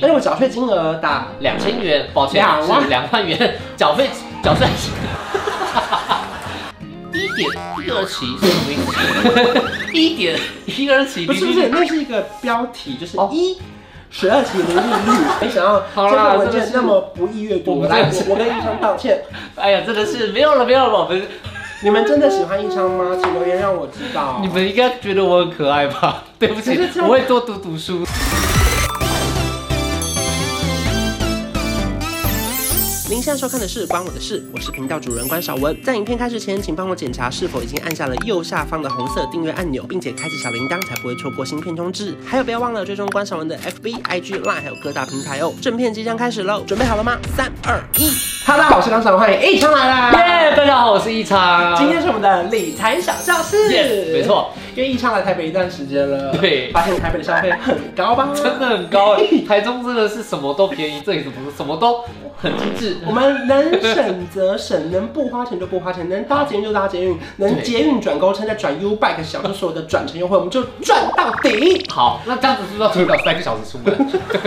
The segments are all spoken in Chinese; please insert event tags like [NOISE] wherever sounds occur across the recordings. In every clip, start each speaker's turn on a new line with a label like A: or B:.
A: 但
B: 哎
A: 是我缴税金额达两千元，抱歉，
B: 两万
A: 是两万元，缴费 [LAUGHS] 缴税。一点一二期是什么意思？一点一二期
B: 不是不是，那是一个标题，就是一十二期零利率。哦 [LAUGHS] 没想到
A: 好
B: 这
A: 啦
B: 个文
A: 真的
B: 件
A: 是
B: 那么不易阅
A: 我
B: 读，
A: 不
B: 来，
A: 对
B: 我我跟医生道歉。
A: 哎呀，真的是没有了，没有了，我们
B: 你们真的喜欢医生吗？请留言让我知道。
A: 你们应该觉得我很可爱吧？ [LAUGHS] 对不起
B: 可是这，样
A: 我会多读读书。
B: 您现在收看的是《关我的事》，我是频道主人关少文。在影片开始前，请帮我检查是否已经按下了右下方的红色订阅按钮，并且开启小铃铛，才不会错过新片通知。还有，不要忘了追踪关少文的 FB、IG、Line，还有各大平台哦。正片即将开始喽，准备好了吗？三、二、一哈喽，大家好，我是关少文，欢迎一昌来啦！
A: 耶，大家好，我是一昌。
B: 今天是我们的理财小教室
A: Yes，没错，
B: 因为一昌来台北一段时间了，
A: 对
B: 发现台北的消费很高吧？
A: 真的很高哎，台中真的是什么都便宜，这里什么什么都很精致。
B: 我们能省则省，能不花钱就不花钱，能搭捷运就搭捷运，能捷运转购车再转 U Bike，享受所有的转乘优惠，我们就赚到底。
A: 好，那这样子是不是要提早三个小时出门？ [LAUGHS]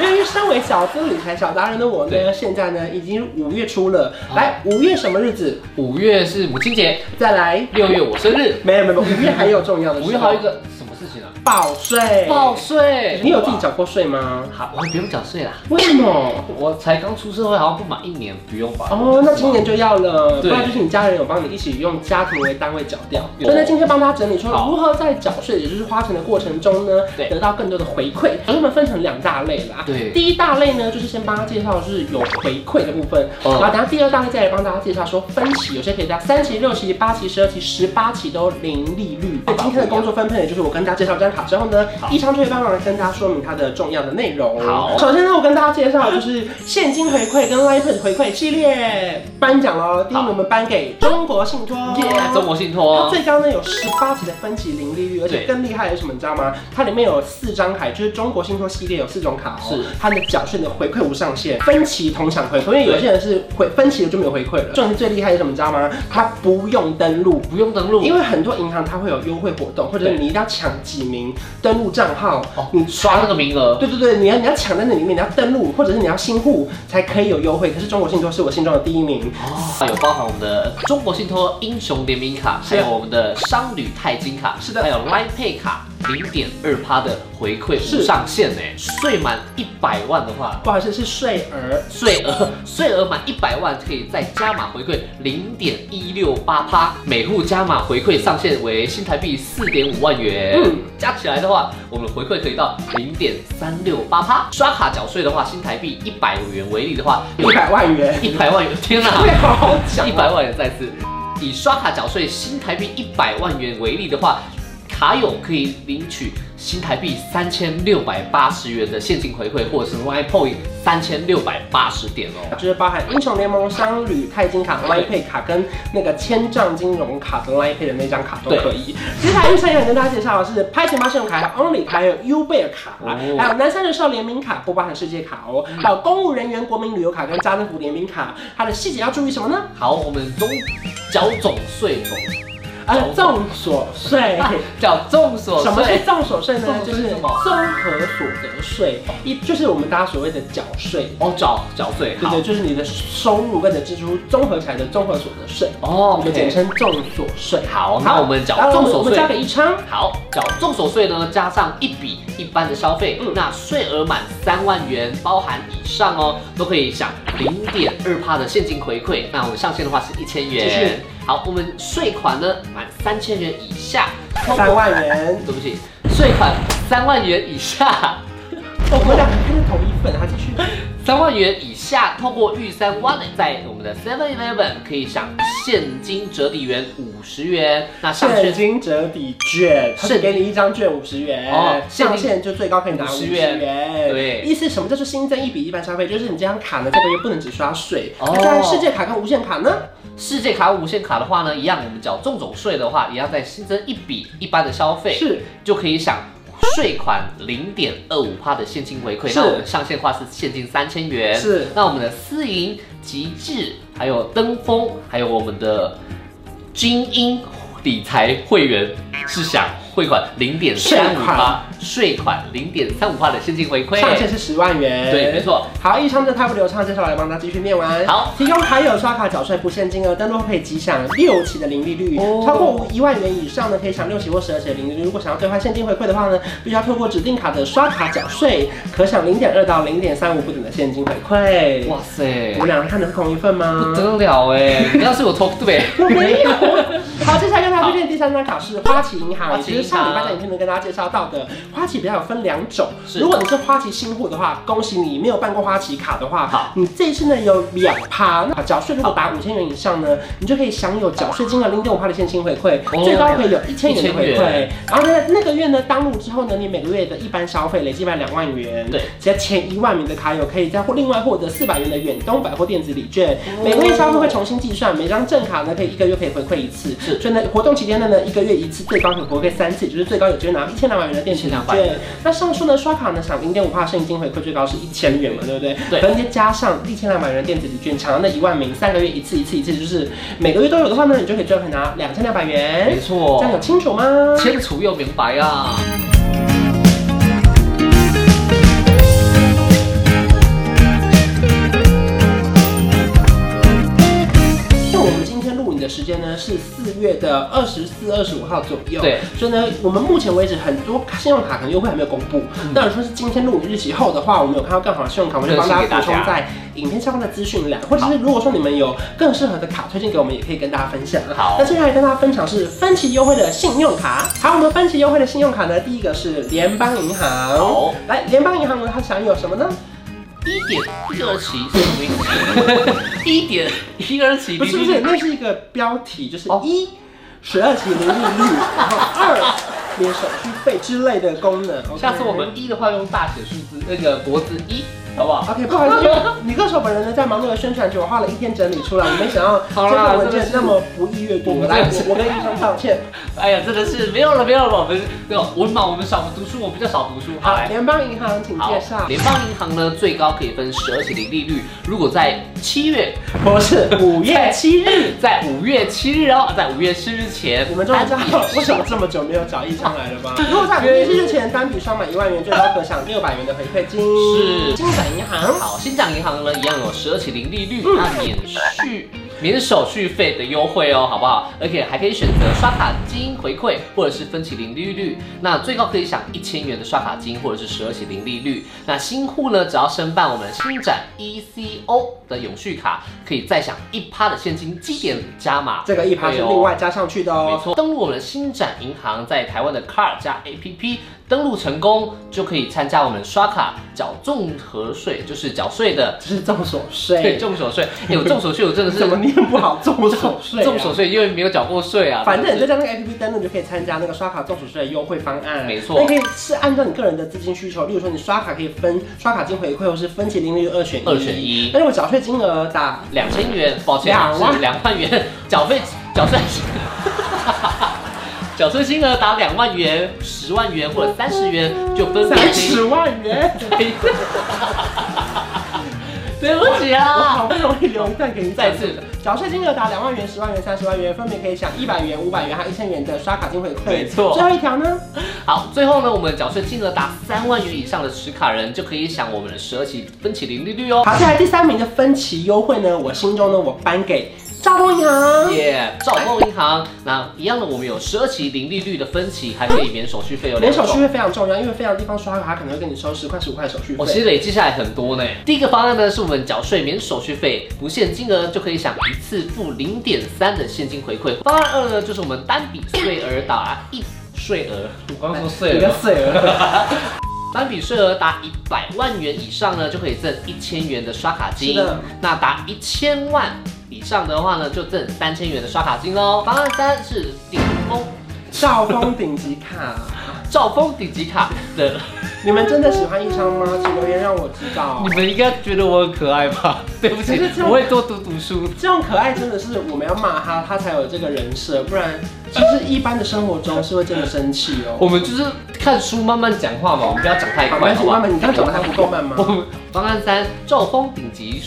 B: 因为身为小资理财小达人的我
A: 对
B: 呢，现在呢已经五月初了，
A: 啊
B: 来五月什么日子？
A: 五月是母亲节，
B: 再来，
A: 六月我生日，
B: 没有没有，没有五月还有重要的事，
A: 五月还有一个什么事情啊？
B: 报税。
A: 报税。
B: 你有自己？缴过税吗？
A: 好，我不用缴税啦。啊
B: 为什么？
A: 我才刚出社会，好像不满一年，不用吧？
B: 哦，那今年就要了，不
A: 对
B: 然就是你家人有帮你一起用家庭为单位缴掉。
A: 有
B: 所以呢，今天帮大家整理说
A: 好
B: 如何在缴税，也就是花钱的过程中呢，
A: 对
B: 得到更多的回馈。所以我们分成两大类啦。
A: 对
B: 第一大类呢，就是先帮大家介绍是有回馈的部分，
A: 哦
B: 然后等下第二大类再来帮大家介绍说分期，有些可以加三期、六期、八期、十二期、十八期都零利率。
A: 好吧
B: 今天的工作分配呢，就是我跟大家介绍这张卡之后呢
A: 好，
B: 一昌就会帮忙跟大家说明它的重要的内容。
A: 好
B: 首先呢，我跟大家介绍就是现金回馈跟 Life 回馈系列颁奖喽。第一名
A: 好
B: 我们颁给中国信托，
A: 耶，中国信
B: 它
A: 托。
B: 最高呢有十八级的分级零利率，而且
A: 哦对
B: 更厉害的是什么，你知道吗？它里面有四张卡，就是中国信托系列有四种卡哦。
A: 是
B: 它的缴税的回馈无上限，分期同享回馈，因为有些人是回分期的就没有回馈了。重点是最厉害的是什么，你知道吗？它不用登录。
A: 不用登录，
B: 因为很多银行它会有优惠活动，或者
A: 嗯对
B: 你一定要抢几名登录账号
A: 哦，
B: 你
A: 刷那个名额，
B: 对对对，你要你要抢在那里面，你要登录，或者是你要新户才可以有优惠。可是中国信托是我心中的第一名，
A: 哦，有包含我们的中国信托英雄联名卡，还
B: 是
A: 有我们的商旅钛金卡，
B: 是的
A: 还有 Line Pay 卡，零点二趴的回馈无
B: 是
A: 上限呢，税满一百万的话。
B: 不好意思是税额，
A: 税额税额满一百万可以再加码回馈零点一六八趴，每户加码回馈上限为新台币四点五万元，
B: 嗯
A: 加起来的话，我们的回馈可以到零点三六八趴。刷卡缴税的话，新台币一百元为例的话，
B: 一百万元，
A: 一百万元，天
B: [LAUGHS]
A: 哪、
B: 对，好好讲哦
A: 一百万元再次。以刷卡缴税新台币一百万元为例的话，卡友可以领取新台币三千六百八十元的现金回馈，或者是 Line Point 三千六百八十点哦。
B: 就是包含英雄联盟、商旅、钛金卡、Line Pay 卡跟那个千丈金融卡跟 Line Pay 的那张卡都可以。接下来预算要跟大家介绍的是拍钱包信用卡、还有 Only 卡还有 U 贝尔卡，
A: 哦
B: 还有南山人寿联名卡，不包含世界卡哦，
A: 嗯
B: 还有公务人员国民旅游卡跟家政府联名卡。它的细节要注意什么呢？
A: [LAUGHS] 好，我们总缴总税总
B: 呃，众所
A: [LAUGHS]
B: 税。
A: 缴众所
B: 什么
A: 税
B: 是，
A: [LAUGHS]
B: 众所税呢？
A: 众所
B: 就
A: 税是
B: 是
A: 什
B: 综
A: 么
B: 合所得税，一就是我们大家所谓的缴税，
A: 哦缴缴税
B: 对
A: 好
B: 对，就是你的收入跟你的支出综合起来的综合所得税。
A: 哦
B: 我们简称众所税。
A: 好，那我们
B: 当
A: 缴
B: 然
A: 众
B: 我
A: 所
B: 们
A: 税
B: 交。给一昌。
A: 好，缴重所税呢，加上一笔一般的消费，
B: 嗯
A: 那税额满三万元，包含以上哦，都可以享零点二帕的现金回馈。那我们上限的话是一千
B: 继续
A: 元。好，我们税款呢满三千元以下，通
B: 三
A: 过
B: 万元，
A: 对不起，税款三万元以下， [LAUGHS]
B: 哦我们俩看是同一份，他继续。
A: 三万元以下，通过玉山 One 在我们的 Seven Eleven 可以享现金折抵元五十元。那上
B: 现
A: 限
B: 金折抵券，他
A: 是
B: 是给你一张券五十元，
A: 哦
B: 上限就最高可以拿五
A: 50
B: 十
A: 元
B: 元。
A: 对
B: 意思是什么叫做新增一笔一般消费？就是你这张卡呢，这个月不能只刷税。
A: 哦
B: 那当然，世界卡跟无限卡呢？
A: 世界卡无限卡的话呢，一样，我们缴重种税的话，也要再新增一笔一般的消费，
B: 是
A: 就可以享税款零点二五帕的现金回馈。
B: 是
A: 那我们上限话是现金三千元。
B: 是
A: 那我们的私营、极致，还有登峰，还有我们的精英理财会员是享汇款零点三五八，税款零点三五八的现金回馈。
B: 上限哎是十万元。
A: 对，没。错。
B: 好，以上这太不流畅，接下来帮大家继续念完。
A: 好
B: 提供卡友刷卡缴税不限金额，登录后可以即享六期的零利率，
A: 哦
B: 超过一万元以上呢，可以享六期或十二期的零利率。如果想要兑换现金回馈的话呢，必须要透过指定卡的刷卡缴税，可享零点二到零点三五不等的现金回馈。哇，
A: 哇塞
B: 我，们两个看的是同一份吗
A: 不？得了哎！你要是我投对，
B: 我没有。 [LAUGHS] 好，接下来跟大家推荐第三张卡是花旗银行，
A: 花
B: 也
A: 旗
B: 就
A: 银行
B: 是上礼拜在影片中跟大家介绍到的。花旗比较有分两种，
A: 是
B: 如果你是花旗新户的话，恭喜你；没有办过花旗卡的话，
A: 好
B: 你这一次呢有两趴，那缴税如果达五千元以上呢，你就可以享有缴税金额零点五趴的现金回馈，
A: 哦
B: 最高可以有一千元的
A: 1000
B: 回馈
A: 元。
B: 然后呢，那个月呢登录之后呢，你每个月的一般消费累计满两万元，
A: 对，
B: 只要前一万名的卡友可以再获另外获得四百元的远东百货电子礼券，
A: 哦
B: 每个月消费会重新计算，每张正卡呢可以一个月可以回馈一次，
A: 是
B: 所以呢活动期间的呢一个月一次，最高可以回馈三次，就是最高有机会拿一千两百元的电子礼
A: 1200
B: 券。那上述呢刷卡呢享零点五帕现金回馈，最高是一千元嘛，对不对？
A: 对
B: 可能再加上一千两百元的电子礼券，抢到那一万名，三个月一次一次一次，就是每个月都有的话呢，你就可以最后可以拿两千两百元
A: 没。
B: 哎
A: 错
B: 这样，有清楚吗？
A: 清楚又明白啊。
B: 那我们今天录影的时间呢是四月的二十四、二十五号左右。
A: 对，
B: 所以呢，我们目前为止很多信用卡可能优惠还没有公布。
A: 嗯
B: 那如果说是今天录影日期后的话，我们有看到更好的信用卡，我们就帮大家补充在影片下方的资讯栏，或者是如果说你们有更适合的卡推荐给我们，也可以跟大家分享。
A: 好
B: 那接下来跟大家分享是分期优惠的信用卡。好，我们分期优惠的信用卡呢，第一个是联邦银行。
A: 好，
B: 来，联邦银行呢，它享有什么呢？
A: 一点一二期是什么意思？一点一二期，
B: 不是不是，那是一个标题，就是
A: 哦
B: 一十二期零利率，然后二免手续费之类的功能。OK
A: 下次我们一的话用大写数字，那个国字一，好不好？
B: OK，不好意思，因为尼克手本人呢在忙碌的宣传，我花了一天整理出来，我没想到
A: [LAUGHS] 好啦
B: 这份文
A: 真的
B: 件
A: 是
B: 那么不易阅
A: 我
B: 读。
A: 们
B: 来，
A: 这
B: 我我跟医生道歉。
A: 哎呀，真的是没有了，没有了，我们那个文盲，我们少读书，我比较少读书。
B: 好，
A: 来
B: 联邦银行，请介绍。
A: 联邦银行呢，最高可以分十二期零利率。如果在七月，
B: 不是五月七日。
A: 在五月七日哦，在五月七日前，
B: 你们终于知道
A: 单哦笔
B: 为什么这么久没有找一上来了吧？如果在五月七日前单笔刷满一万元，最高可享六百元的回馈金。
A: 是
B: 金展银行。
A: 好，新港银行呢一样有十二期零利率，
B: 嗯
A: 那免续免手续费的优惠哦，好不好？而且还可以选择刷卡金回馈，或者是分期零利率，那最高可以享一千元的刷卡金，或者是十二期零利率。那新户呢，只要申办我们新展 ECO 的永续卡，可以再享一趴的现金基点加码，哦
B: 这个一趴是另外加上去的
A: 没
B: 哦。
A: 错，登录我们新展银行在台湾的 Card 加 APP 登录成功，就可以参加我们刷卡缴综合税，就是缴税的。
B: 这是众所
A: 对，
B: 税，
A: 重手税，有重手税，
B: [LAUGHS]
A: 我真的是
B: 怎么念不好众所税、啊？
A: 重手税，因为没有缴过税啊。
B: 反正你
A: 真的
B: 就是在那个 APP 登录，就可以参加那个刷卡众所税的优惠方案。
A: 没错
B: 那你可以是按照你个人的资金需求，例如说你刷卡可以分刷卡金回馈，或是分期零利率二选一。
A: 二选。一，
B: 那如果缴税金额打
A: 两千元，抱歉，啊
B: 两万
A: 是两万元，缴费缴税， [LAUGHS] 缴税金额达两万元、十万元或者三十元，就分别
B: 三
A: 请。
B: 十万 [LAUGHS] 元，
A: [LAUGHS] 对不起
B: 我
A: 啊，
B: 好不容易留一段给你
A: 再次。
B: 缴税金额达两万元、十万元、三十万元，分别可以享一百元、五百元和一千元的刷卡金回馈。
A: 没错
B: 最后一条呢？
A: 好，最后呢，我们缴税金额达三万元以上的持卡人就可以享我们的十二期分期零利率哦。
B: 好，接下来第三名的分期优惠呢，我心中呢我颁给兆丰银行。
A: 耶，兆丰银行，那一样的，我们有十二期零利率的分期，还可以免手续费哦。
B: 连手续费非常重要，因为非常地方刷卡，他可能会跟你收十块、十五块手续
A: 我其
B: 费。
A: 实累积下来很多呢。第一个方案呢，是我们缴税免手续费，不限金额就可以享一次付零点三的现金回馈。方案二呢，就是我们单笔税额达一税额，我刚
B: 一个税额，
A: 单笔税额达一百万元以上呢，就可以赠一千元的刷卡金
B: 是的。
A: 那达一千万以上的话呢，就赠三千元的刷卡金喽。方案三是顶峰
B: 兆丰顶级卡。
A: 兆丰顶级卡的，
B: 你们真的喜欢一昌吗？请留言让我知道
A: 你。们应该觉得我很可爱吧？ [LAUGHS] 对不起
B: 可是，这样
A: 我会多读读书。
B: 这种可爱真的是我们要骂他，他才有这个人设，不然其实一般的生活中是会真的生气哦。
A: 我们就是看书慢慢讲话嘛，我们不要讲太
B: 好，没
A: 快，
B: 关
A: 好
B: 系，
A: 不
B: 妈
A: 好 [LAUGHS]
B: 妈，？你刚刚讲的还不够慢吗
A: 我？们方案三，兆丰顶级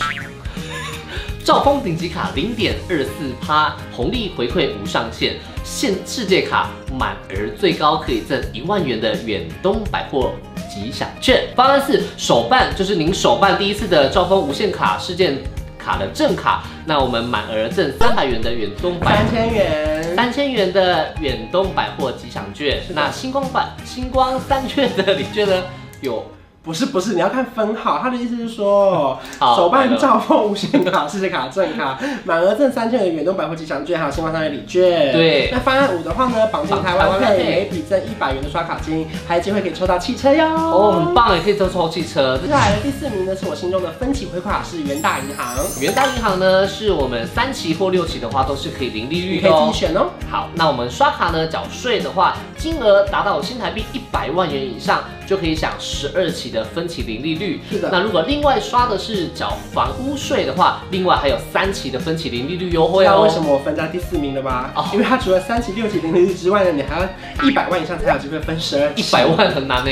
A: 兆丰顶级卡零点二四趴，红利回馈无上限，限世界卡满额最高可以赠一万元的远东百货。吉祥券方案四，首办就是您首办第一次的兆丰无限卡事件卡的正卡，那我们满额赠三百元的远东百
B: 三千元，
A: 三千元的远东百货吉祥券，
B: 是的
A: 那星光版星光三券的礼券呢？有
B: 不是不是，你要看分号。他的意思是说，
A: [LAUGHS] 好
B: 手
A: 来
B: 办
A: 了
B: 兆丰无限卡、世界卡、正卡，满额赠三千元的远东百货吉祥券，还有星光商业礼券。
A: 对
B: 那方案五的话呢，绑定台湾
A: 绑台湾
B: 配，
A: 配
B: 每笔赠一百元的刷卡金，还有机会可以抽到汽车哟。
A: 哦，很棒也可以抽抽汽车。
B: 接下来的第四名呢，是我心中的分期回款是元大银行，
A: 元大银行呢，是我们三期或六期的话都是可以零利
B: 你
A: 率
B: 可
A: 的
B: 以自己
A: 哦。
B: 选哦。
A: 好，那我们刷卡呢，缴税的话，金额达到新台币一百万元以上，就可以享十二期的分期零利率。
B: 是的
A: 那如果另外刷的是缴房屋税的话，另外还有三期的分期零利率优惠
B: 知道
A: 哦
B: 为。什么我分在第四名了吧？
A: 哦
B: 因为它除了三期、六期、零零一之外呢，你还要一百万以上才有机会分十二
A: 一百万很难呢、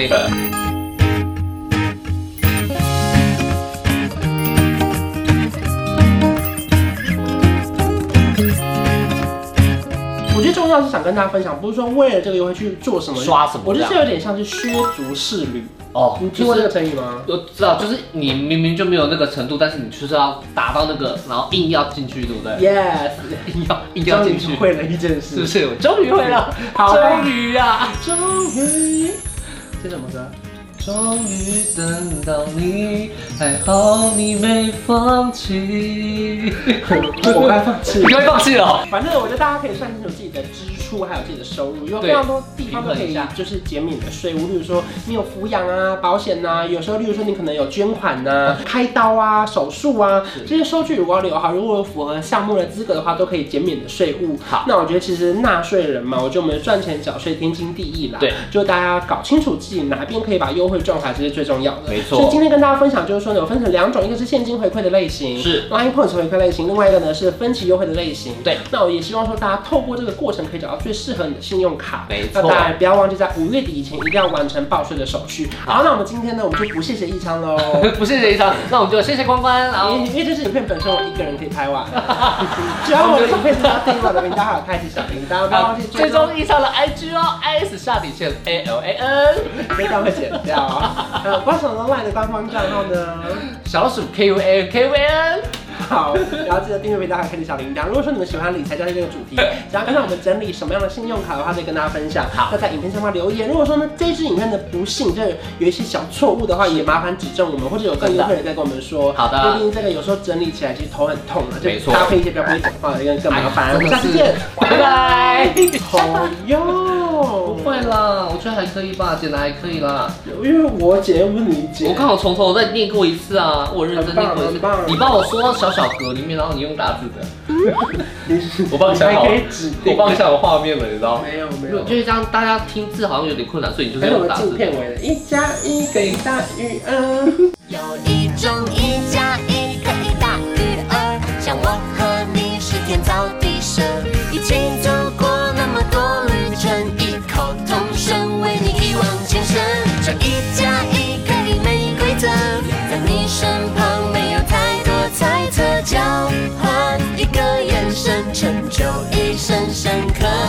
B: 我觉得重要是想跟大家分享，不是说为了这个优惠去做什么，
A: 刷什么
B: 我觉得
A: 这
B: 这
A: 样
B: 有点像是削足适履。
A: 哦
B: 你听
A: 就
B: 过这个
A: 是
B: 成语吗？
A: 我知道，就是你明明就没有那个程度，但是你就是要达到那个，然后硬要进去，对不对？
B: Yes，
A: 硬要硬要
B: 终
A: 进
B: 于
A: 去，
B: 会了一件
A: 是
B: 事。
A: 不是？我终于会了，
B: 好吧
A: 终于啊！
B: 终于，这什么歌？
A: 终于等到你，还好你没放弃。
B: [LAUGHS] 我该放弃
A: 你。该放弃了。
B: 反正我觉得大家可以算清楚自己的支出，还有自己的收入，有非
A: 对
B: 常多地方都可
A: 平衡一
B: 以
A: 下
B: 就是减免你的税务，例如说你有抚养啊、保险呐、有时候例如说你可能有捐款呐、开刀啊、手术啊
A: 是
B: 这些收据，如果要留好，如果有符合项目的资格的话，都可以减免你的税务。
A: 好
B: 那我觉得其实纳税人嘛，我觉得我们赚钱缴税天经地义啦。
A: 对，
B: 就大家搞清楚自己哪边可以把优惠赚回来，这是最重要的。
A: 没错
B: 所以今天跟大家分享就是说呢，有分成两种，一个是现金回馈的类型，
A: 是
B: Line Points 回馈类型，另外一个呢是分期优惠的类型。
A: 对，
B: 那我也希望说大家透过这个过程可以找到最适合你的信用卡。
A: 没
B: 那
A: 错
B: 当然不要忘记在五月底以前一定要完成报税的手续。
A: 好
B: 好，那我们今天呢我们就不谢谢义昌喽，
A: 不谢谢医生，那我们就谢谢关关，然
B: 因
A: 后
B: 为因为这支影片本身我一个人可以拍
A: [LAUGHS]
B: 完，只要我的影片只要订阅我的频道，还有开启小铃铛，不要忘记追
A: 最
B: 踪
A: 终，医生的 IG 哦，S 下底线 A L A N
B: 这段会剪掉
A: [LAUGHS]
B: 啊。呃，关晓彤 Line 的官方账号呢？
A: 小老鼠 K U A K U A N。
B: 好，然后记得订阅频道，还有开启小铃铛。如果说你们喜欢理财教育这个主题，想要看到我们整理什么样的信用卡的话，再跟大家分享。
A: 好
B: 那在影片下方留言。如果说呢这支影片的不幸，这有一些小错误的话，也麻烦指正我们，或者有更优惠的再跟我们说。
A: 好的
B: 毕竟这个有时候整理起来其实头很痛啊，就
A: 没错
B: 搭配一些比较不会讲话的，更更麻烦。
A: 哎
B: 我们
A: 真的
B: 下次
A: 是
B: 见，
A: 拜拜。
B: 好哟，
A: 不会啦，我觉得还可以吧，剪的还可以啦。
B: 因为我姐又不是你姐，
A: 我刚好从头再念过一次啊，我认真念过一次
B: 很棒很。棒
A: 你帮我说小小格里面，然后你用打字的，
B: 你是
A: [LAUGHS] 我帮你想
B: 嗯
A: 好
B: 还可以指
A: 我
B: 定。
A: 帮一下我画面了，你知道吗？
B: 没有没有
A: 就。是这样，大家听字好像有点困难，所以你就是
B: 还是我
A: 用
B: 们
A: 打
B: 进
A: 字。
B: 片尾的，一加一可以大于二。
C: 有一种一加一可以大于二，像我和你是天造地设，一起走过那么多旅程，异口同声为你一往情深。这一加一可以没规则，在你身旁没有太多猜测，交换一个眼神，成就一生深刻。